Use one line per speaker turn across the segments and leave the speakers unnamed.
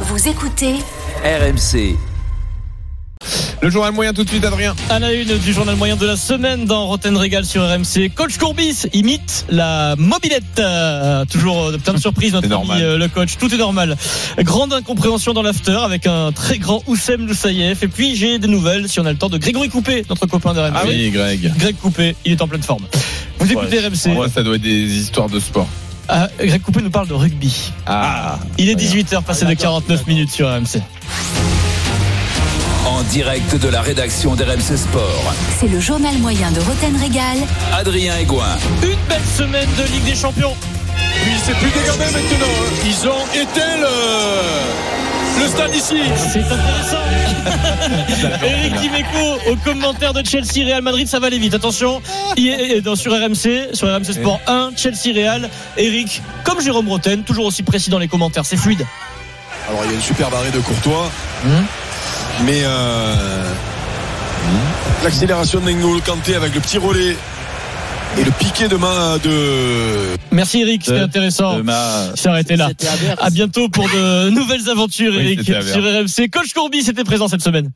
Vous écoutez
RMC.
Le journal moyen tout de suite, Adrien.
À la une du journal moyen de la semaine dans Rotten Régal sur RMC, Coach Courbis imite la mobilette. Euh, toujours euh, plein de surprises, notre
C'est
ami
normal.
euh, le coach. Tout est normal. Grande incompréhension dans l'after avec un très grand Oussem Loussaïef. Et puis j'ai des nouvelles, si on a le temps, de Grégory Coupé, notre copain de RMC.
Ah Greg.
Greg Coupé, il est en pleine forme. Vous écoutez RMC.
Moi, ça doit être des histoires de sport.
Ah, Greg Coupé nous parle de rugby.
Ah,
Il est
Très bien.
18h, passé de 49 minutes sur RMC.
En direct de la rédaction d'RMC Sport.
C'est le journal moyen de Roten Régal.
Adrien Aigouin.
Une belle semaine de Ligue des Champions.
Puis c'est plus dégagé maintenant. hein. Ils ont éteint le, le stade ici.
C'est intéressant. Eric Dimeco au commentaire de Chelsea Real Madrid, ça va aller vite. Attention, il est dans, sur RMC, sur RMC Sport 1, Chelsea Real. Eric, comme Jérôme Roten, toujours aussi précis dans les commentaires, c'est fluide.
Alors il y a une super barrée de Courtois. Mais euh, hmm. l'accélération d'Engolo Kanté avec le petit relais et le piqué de main de.
Merci Eric, c'était intéressant. C'est arrêté là. À bientôt pour de nouvelles aventures,
Oui,
Eric,
c'était à
sur RMC. Coach Courbis était présent cette semaine.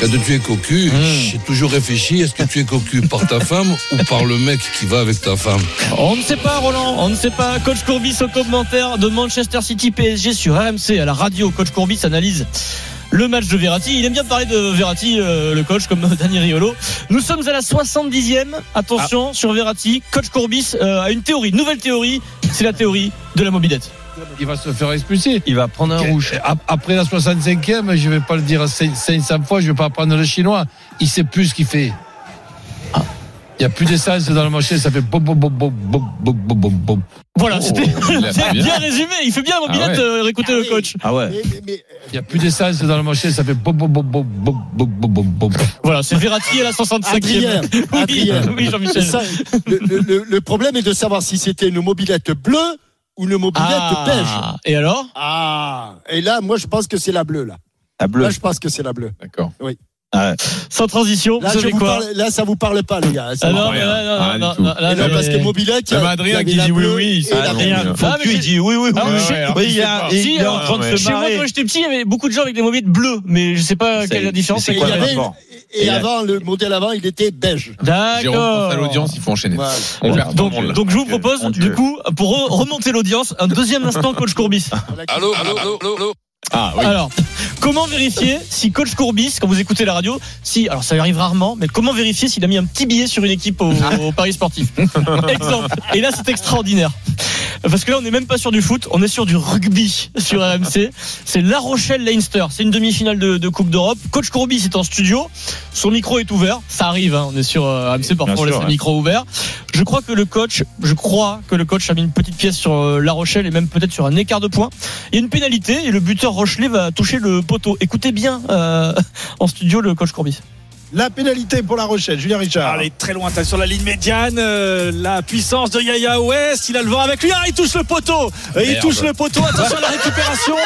Quand tu es cocu,
Hmm.
j'ai toujours réfléchi, est-ce que tu es cocu par ta femme ou par le mec qui va avec ta femme
On ne sait pas, Roland. On ne sait pas. Coach Courbis au commentaire de Manchester City PSG sur RMC à la radio. Coach Courbis analyse. Le match de Verratti, il aime bien parler de Verratti, euh, le coach, comme Dani Riolo. Nous sommes à la 70e. Attention
Ah.
sur Verratti. Coach Courbis euh, a une théorie, nouvelle théorie. C'est la théorie de la mobilette.
il va se faire expulser.
Il va prendre un
Ap- Après la 65e, je ne vais pas le dire cinq- 500 fois, je ne vais pas apprendre le chinois. Il sait plus ce qu'il fait. Ah. Il n'y a plus d'essence dans le marché, ça fait boum, boum, boum, boum, boum, boum, boum, boum, boum.
Voilà,
Oh,
c'était
il l'a
c'est
fait bien.
bien résumé. Il fait bien la mobilette.
Ah
ouais.
euh, écoutez le coach.
Ah
euh,
Il n'y a plus d'essence dans le marché, ça fait boum, boum, boum, boum, boum, boum, boum, boum, boum.
Voilà, c'est Verratti à la 65e.
Adrien,
Oui,
Adrien.
oui,
C'est
Jean-Michel.
ça. Le, le- le- le problème est de savoir si c'était une mobilette bleue ou une mobilette beige.
Ah, et alors
Ah, et là, moi, je pense que c'est la bleue, là.
La bleue.
Là, je pense que c'est la bleue.
d'accord.
Sans transition,
Là,
vous
je
savez
vous
quoi
parle- là, ça vous parle pas, les gars. Ça
Ah
vous
non,
parle
mais
rien.
là, non,
Rien
non,
du
non,
tout.
là,
pas. Et
Ah, non,
non,
mais-
parce que mobilette, il y
Même
a- il y
Adrien
avait
qui
la
dit oui,
bleue
oui.
et la
Ah, non,
rouge.
mais non.
Ah, mais
Faucu,
je-
il dit oui, oui, oui.
Ah, mais je-
alors,
Oui, il
je
y
sais
a-
pas.
il
Si,
est en
alors,
train de
ouais.
se
Chez moi,
marrer.
quand j'étais petit, il y avait beaucoup de gens avec des mobilettes bleues, mais je sais pas
C'est-
quelle est la différence.
c'est
Et,
quoi
il y
le
avait-
rapport
et avant, le modèle avant, il était beige.
Jérôme, pense à l'audience,
D'accord.
il faut enchaîner.
Voilà.
On perd tout le monde, là.
Donc, donc je vous propose,
Mon
du
Dieu.
coup, pour re- remonter l'audience, un deuxième instant Coach Courbis.
Voilà.
Allô, allô, allô, allô, allô
Ah, oui.
Alors, comment vérifier si Coach Courbis, quand vous écoutez la radio, si, alors ça arrive rarement, mais comment vérifier s'il a mis un petit billet sur une équipe au, au Paris sportif Exemple. Et là, c'est extraordinaire. Parce que là, on n'est même pas sur du foot, on est sur du rugby sur RMC. C'est La Rochelle-Leinster. C'est une demi-finale de, de Coupe d'Europe. Coach Courbis est en studio. Son micro est ouvert. Ça arrive, hein, on est sur euh, RMC, parfois on
sûr,
laisse le
ouais.
micro ouvert. Je crois que le coach, je crois que le coach a mis une petite pièce sur euh, La Rochelle et même peut-être sur un écart de points. Il y a une pénalité et le buteur Rochelet va toucher le poteau. Écoutez bien euh, en studio le coach Courbis.
La pénalité pour la Rochelle, Julien Richard.
Allez, très loin, t'as sur la ligne médiane. euh, la puissance de Yaya West. Il a le vent avec lui. Ah, il touche le poteau. Et il
Merde.
touche le poteau. Attention à la récupération.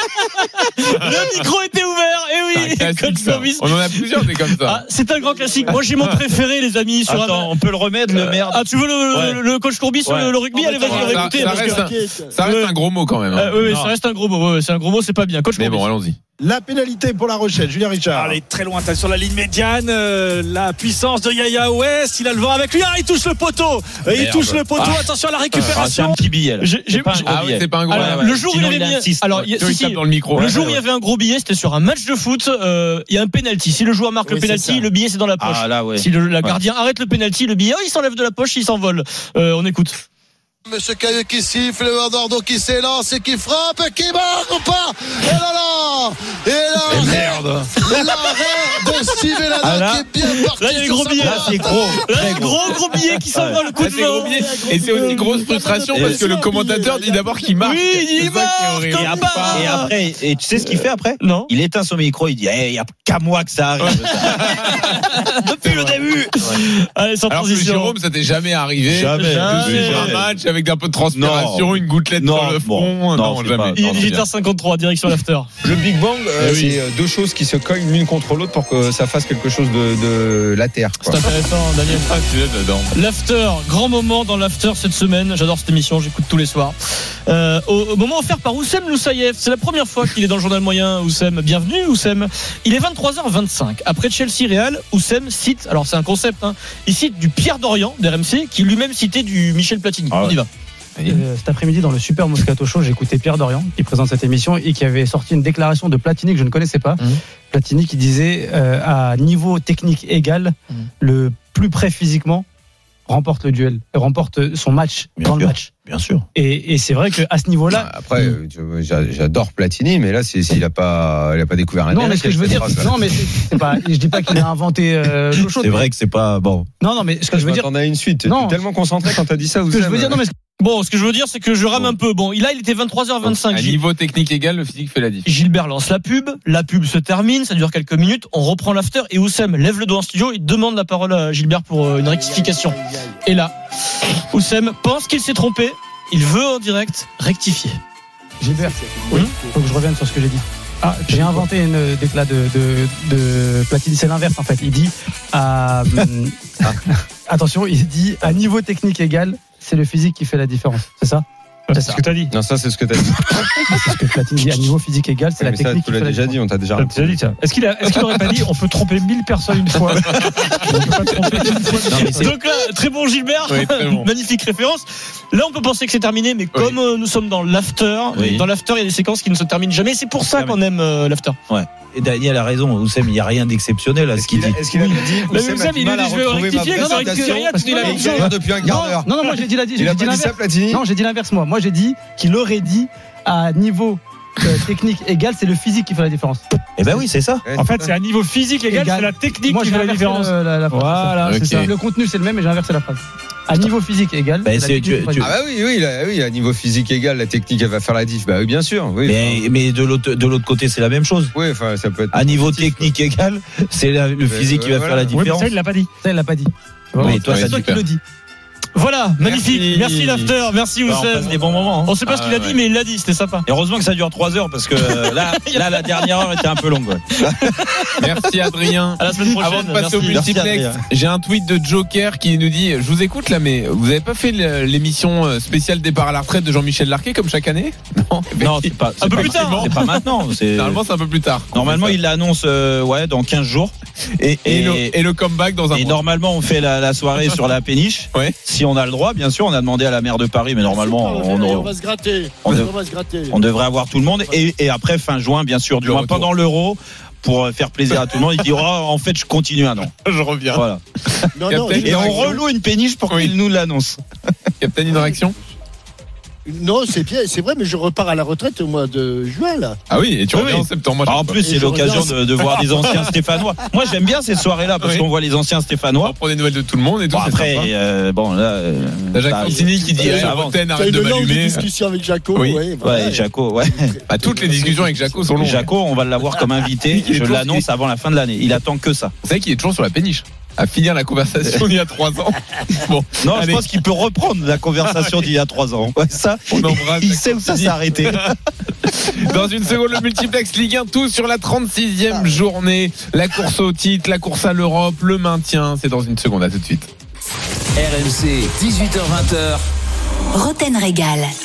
Le micro était ouvert,
C'est
et
un
oui,
classique,
coach
ça.
Courbis.
On en a plusieurs des comme
Ah,
ça.
c'est un grand classique. Moi, j'ai mon préféré, les amis. Sur
Attends,
on peut le remettre, le merde. Ah, tu veux le,
Ouais.
le- le coach Courbis sur
Ouais.
le, le rugby Allez, vas-y,
Ah, ça-
on va écouter.
ça
parce que-
reste un- Ça
le-
reste un gros mot quand même. hein.
Euh, oui, oui, ça reste un gros mot. ouais, ouais, c'est un gros mot, c'est pas bien. Coach
Mais
Courbis.
bon, allons-y.
La pénalité pour la Rochelle, Julien Richard.
Allez, très loin, t'as sur la ligne médiane. euh, la puissance de Yaya West. Il a le vent avec lui. Ah, il touche le poteau. Et
Euh,
il
Merde.
touche le poteau. Attention à la récupération.
petit billet.
Ah oui, c'est pas un gros. mot.
Alors, le jour où il avait mis- alors, il y a-
Joe,
si,
il tape
si,
dans le micro.
Le
Ouais,
jour où
ouais,
il y avait un gros billet, c'était sur un match de foot. euh, Il y a un penalty. Si le joueur marque
Oui,
le
c'est
penalty,
ça.
le billet c'est dans la poche.
Ah là, ouais.
Si le la gardien arrête le penalty, le billet oh, il s'enlève de la poche, il s'envole. Euh, on écoute.
Monsieur Cailleux qui siffle, Eduardo qui s'élance et qui frappe, qui marque ou pas Et là là Et là
Merde.
L'arrêt de Steven Lana
Ah là.
qui est bien parti
Là, il y a les
sur
gros
sa
billets.
droite.
gros.
Là, il y a un gros gros billet qui s'envole, coup
Ah,
de
c'est gros
vent.
billet. Et c'est aussi grosse frustration parce que le commentateur dit d'abord qu'il marque.
Oui, il
C'est ça qui est
marque,
horrible.
comme
Il
par
part.
hasard.
Et après, et tu sais ce qu'il fait après
Non.
Il éteint son micro, il dit Eh, il n'y a qu'à moi que ça arrive. Depuis le début
Allez, sans
Alors que
transition.
Jérôme, ça t'est jamais arrivé.
Jamais.
De
Jamais.
suivre un match avec avec un peu de transpiration,
Non.
une gouttelette
Non,
sur le
bon, non,
front. Non,
c'est
jamais.
pas-
Il est
Pardon,
18h53, direction l'after.
Le Big Bang, euh,
Eh oui.
c'est euh, deux choses qui se cognent l'une contre l'autre pour que ça fasse quelque chose de, de la Terre. quoi.
C'est intéressant, Daniel.
Ah, tu l'as dedans.
L'after, grand moment dans l'after cette semaine. J'adore cette émission, j'écoute tous les soirs. Euh, au, au moment offert par Oussem Loussaïef, c'est la première fois qu'il est dans le journal moyen, Oussem. Bienvenue, Oussem. Il est 23h25. Après Chelsea Real, Oussem cite, alors c'est un concept, hein, il cite du Pierre Dorian d'RMC, qui lui-même citait du Michel Platini.
Ah ouais.
On y va.
Euh, cet après-midi, dans le Super Moscato Show, j'écoutais Pierre Dorian, qui présente cette émission, et qui avait sorti une déclaration de Platini que je ne connaissais pas.
Mhm.
Platini qui disait euh, à niveau technique égal,
Mhm.
le plus près physiquement remporte le duel, et remporte son match
Bien
dans le
sûr.
match.
Bien sûr.
Et, et c'est vrai qu'à ce niveau-là,
Après, euh, tu- j'a- j'adore Platini, mais là, c'est- s'il n'a pas, il a pas découvert un
Ah
non,
miracle
mais ce que je veux
avec
dire,
cette phrase-là.
non, mais c'est- c'est pas, je dis pas qu'il a inventé euh, l'eau chaude.
C'est vrai que c'est pas bon.
Non, non, mais ce que je veux dire,
m'attendais à une suite.
Non.
T'es tellement concentré quand t'as dit ça.
ce que je veux dire, non, mais ce-
Bon, ce que je veux dire, c'est que je rame un peu. Bon, là, il était 23h25.
À
J'ai-
niveau technique égal, le physique fait la différence.
Gilbert lance la pub, la pub se termine, ça dure quelques minutes, on reprend l'after et Oussem lève le doigt en studio et demande la parole à Gilbert pour euh, une rectification. Et là, Oussem pense qu'il s'est trompé, il veut en direct rectifier.
Gilbert, oui. faut que je revienne sur ce que j'ai dit. Ah, j'ai inventé une euh, déclat de, de, de Platini, c'est l'inverse en fait. Il dit, à, hum, attention, il dit à niveau technique égal, c'est le physique qui fait la différence, c'est ça
C'est ce que t'as dit.
Non, ça, c'est ce que t'as dit.
C'est ce que Platini dit, à niveau physique égal, c'est la
mais ça,
technique
tu
qui
l'as
fait la
déjà dit,
différence.
on t'a déjà.
Est-ce qu'il n'aurait pas dit on peut tromper 1000 personnes une fois
Donc là, très bon Gilbert,
Oui, très bon.
magnifique référence. Là, on peut penser que c'est terminé, mais comme euh, nous sommes dans l'after,
Oui.
dans l'after, il y a des séquences qui ne se terminent jamais. C'est pour ça
Jamais.
qu'on aime euh, l'after.
Et Daniel a raison, Oussem, il n'y a rien d'exceptionnel à ce
Est-ce
qu'il
qu'il a-
dit.
est-ce qu'il a dit
Mais
Oussem a
Oussem,
du
il
mal
lui
à
dit, je vais
retrouver ma
rectifier,
présentation
correct, il y a- il y a la
Et
même
il
chose.
galère depuis un quart
Non,
d'heure.
non, non, moi j'ai dit la j'ai
Il
dit
a pas dit
l'inverse.
ça, Platini
Non, j'ai dit l'inverse, moi. Moi, j'ai dit qu'il aurait dit à niveau euh, technique égal, c'est le physique qui fait la différence.
Eh ben oui, c'est ça.
En
fait, c'est à niveau physique égal, c'est la technique qui fait euh, la différence. voilà,
Ok.
c'est ça. Le contenu, c'est le même, mais j'ai inversé la phrase. À niveau physique égal,
Ben,
c'est la
c'est-
technique
tu-
qui fait la
tu-
Ah bah oui, oui, là, oui, à niveau physique égal, la technique elle va faire la diff. Bah oui, bien sûr. Oui,
Mais, mais de l'autre de l'autre côté, c'est la même chose.
oui enfin, ça peut être.
À niveau technique égal, c'est la- le physique qui va
voilà.
faire la
Ouais,
différence.
il l'a pas dit. Ça, il l'a pas dit.
Oui, toi,
c'est
t'as
toi
dit
qui le dis.
Voilà, magnifique. Merci l'after, merci
Bah, on passe
Oussem.
des bons moments. hein.
On sait pas ce qu'il a dit, mais il l'a dit, c'était sympa.
Et heureusement que ça dure 3 heures parce que euh, là, là la dernière heure était un peu longue. ouais.
Merci Adrien.
À la semaine prochaine.
Avant de passer au
Merci.
multiplex,
Adrien.
j'ai un tweet de Joker qui nous dit Je vous écoute là, mais vous avez pas fait le- l'émission euh, spéciale départ à la retraite de Jean-Michel Larquet comme chaque année Non,
Non, c'est pas, c'est
peu
pas
plus tard.
maintenant, C'est pas maintenant. c'est-
Normalement, c'est un peu plus tard.
Normalement, il l'annonce euh, ouais, dans 15 jours. Et,
Et,
et-
le, et le comeback dans un
et
mois.
normalement, on fait la, la soirée sur la péniche.
Ouais.
Si on a le droit, bien sûr. On a demandé à la maire de Paris, mais normalement,
Super, on,
on,
va faire, on
on,
va se gratter.
on
On,
dev-
va se gratter.
devrait avoir tout le monde. Et, et après, fin juin, bien sûr, du
Le
moins
retour.
pendant l'euro, pour euh, faire plaisir à tout le monde, il dit oh, en fait, je continue un an.
Je reviens.
Voilà.
Non, non,
Captain,
j'ai-
Et on reloue une péniche pour
Oui.
qu'il nous l'annonce.
Captain, une réaction
non, c'est bien, c'est vrai, mais je repars à la retraite au mois de juin là.
Ah oui, et tu
Oui,
reviens
oui.
en septembre. moi,
Ah,
je
en
sais
plus,
Et
c'est
je
l'occasion
regarde.
de, de voir les anciens Stéphanois. Moi, j'aime bien ces soirées-là parce
Oui.
qu'on voit les anciens
pas.
Stéphanois.
On prend des nouvelles de tout le monde et tout.
Bon,
c'est
après,
sympa.
euh, bon, là. euh,
T'as Jacques
ça-
Santini qui dit
ça
eh,
avance.
Roten,
T'as
arrête
une
de
longue
m'allumer.
discussion avec Jaco.
Oui.
ouais,
Ouais,
voilà.
et Jaco, ouais.
Bah, toutes les discussions avec Jaco sont longues.
Jaco, on va l'avoir comme invité.
Il est
Je
toujours-
l'annonce avant la fin de l'année. Il attend que ça.
Vous savez qu'il est toujours sur la péniche. À finir la conversation il y a trois ans. Bon,
Non,
allez,
je pense qu'il peut reprendre la conversation d'il y a trois ans. Ouais, ça,
on embrasse.
il sait où ça s'est arrêté.
Dans une seconde, le multiplex Ligue 1, tout sur
Ah.
la 36e journée. La course au titre, la course à l'Europe, le maintien. C'est dans une seconde, à tout de suite.
RMC, 18h20h.
Roten Régal.